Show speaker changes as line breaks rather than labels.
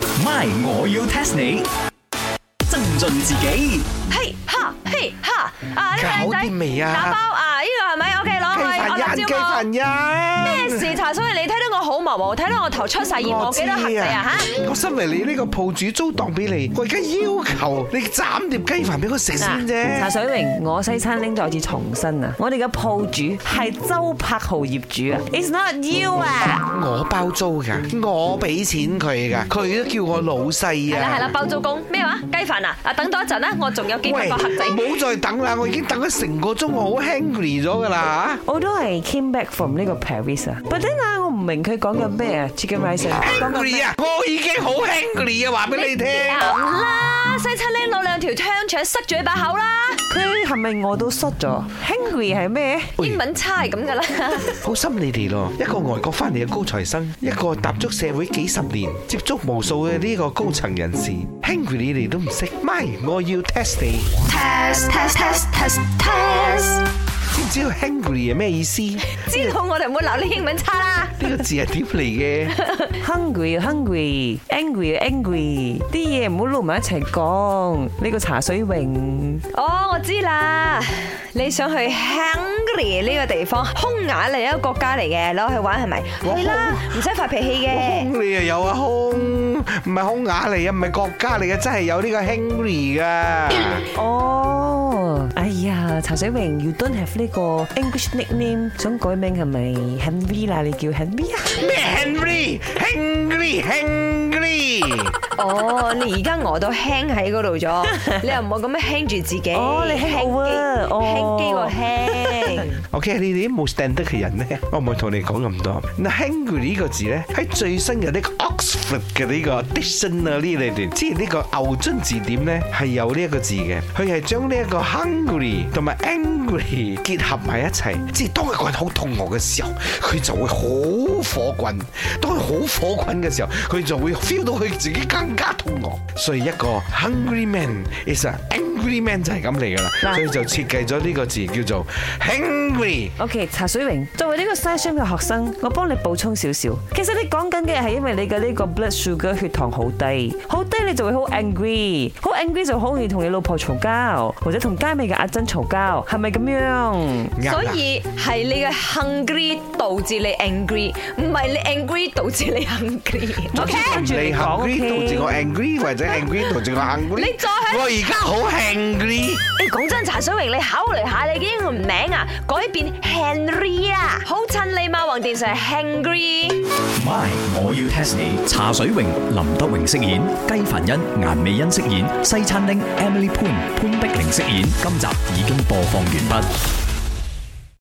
My，我要 test 你。增進自己
嘿哈嘿哈啊！呢個靚
搞掂未啊
仔打包啊！呢個係咪 OK？攞
雞
去我
飯
辣
人，雞
椒我
飯人。
咩事？茶水你睇到我好毛毛，睇到我頭出晒熱，我
知
幾多黑仔啊嚇！
我身為你呢個鋪主租檔俾你，我而家要求你斬碟雞飯俾我食先
茶
啫。
水榮，我西餐拎再次重申啊！我哋嘅鋪主係周柏豪業主啊，It's not you 啊！
我包租㗎，我俾錢佢㗎，佢都叫我老細
係啦係啦
啊，。
包租公咩話？雞飯啊！啊等多一陣啦，我仲有幾百
喂，
個黑仔。
唔好再等啦，我已經等咗成個鐘，我好 hungry 咗㗎啦。
我都係 came back from 呢個 Paris 啊，but then 啊，我唔明佢講緊咩啊，chicken rice 啊講緊
hungry
咩
啊，我已經好 hungry 啊，話俾你聽。
咁啦，西餐拎攞兩條香腸塞住你把口啦，
佢係咪餓到縮咗？Hungry 係咩？
喂
英文差係咁 噶啦。
好心你哋咯，一個外國翻嚟嘅高材生，一個踏足社會幾十年，接觸無數嘅呢個高層人士，hungry 你哋都唔識，咪我要 test 你，
Test test test test test，
知唔知道 hungry 係咩意思？呢
知道我哋唔會鬧你英文差啦。
個字係點嚟嘅？
hungry hungry angry angry 啲嘢唔好撈埋一齊講。呢個茶水榮
哦，我知啦，你想去 Hungary 呢個地方，匈牙利一個國家嚟嘅，攞去玩係咪？
哇
去啦，唔使發脾氣嘅。
空你又有啊空，唔係匈牙利啊，唔係國家嚟嘅，真係有呢個 hungry 噶。
哦，哎呀，茶水榮，you don't have 呢個 English nickname，想改名係咪 Henry 啦？你叫 Henry 啊？
咩 hungry？hungry？hungry？
哦，你而家餓到輕喺嗰度咗， 你又唔好咁樣輕住自己。
哦你輕我啊
輕
哦呃
機喎 輕。
OK，你哋啲冇 stand 得嘅人咧， 我唔會同你講咁多。嗱，hungry 呢個字咧，喺最新嘅呢個 Oxford 嘅呢個 dictionary 裏邊，之前呢個牛津字典咧係有呢一個字嘅，佢係將呢一個 hungry 同埋 angry 結合埋一齊。即係當一個人好肚餓嘅時候，佢就會好火滾；當佢好火滾嘅時候，佢就會 feel 到佢自己更加肚餓。所以一個 hungry man is an angry man 就係咁嚟㗎啦。
嗱
所以就設計咗呢個字叫做 hungry。
OK，茶水榮，作為呢個 session 嘅學生，我幫你補充少少。其實你講緊嘅係因為你嘅呢個 blood sugar 血糖好低，好低你就會好 angry，好 angry 就好容易同你老婆嘈交，或者同街尾嘅阿珍嘈交，係咪咁樣？
啱
所
啦
以係你嘅 hungry 導致你 angry，唔係你 angry 導致你 hungry。OK，
跟住
你
你講
hungry 導致我
OK。
angry 或者 angry 導致我 hungry。
你再去
我而家好 hungry。
你哎講真，茶水榮，你考慮下你嘅英文名啊，改變 Henry 啦，好襯你嘛，橫掂成 Hungry。
，My，我要 test 你。茶水榮、林德榮飾演，雞凡欣、顏美欣飾演，西餐廳 Emily Poon 潘碧玲飾演。今集已經播放完畢。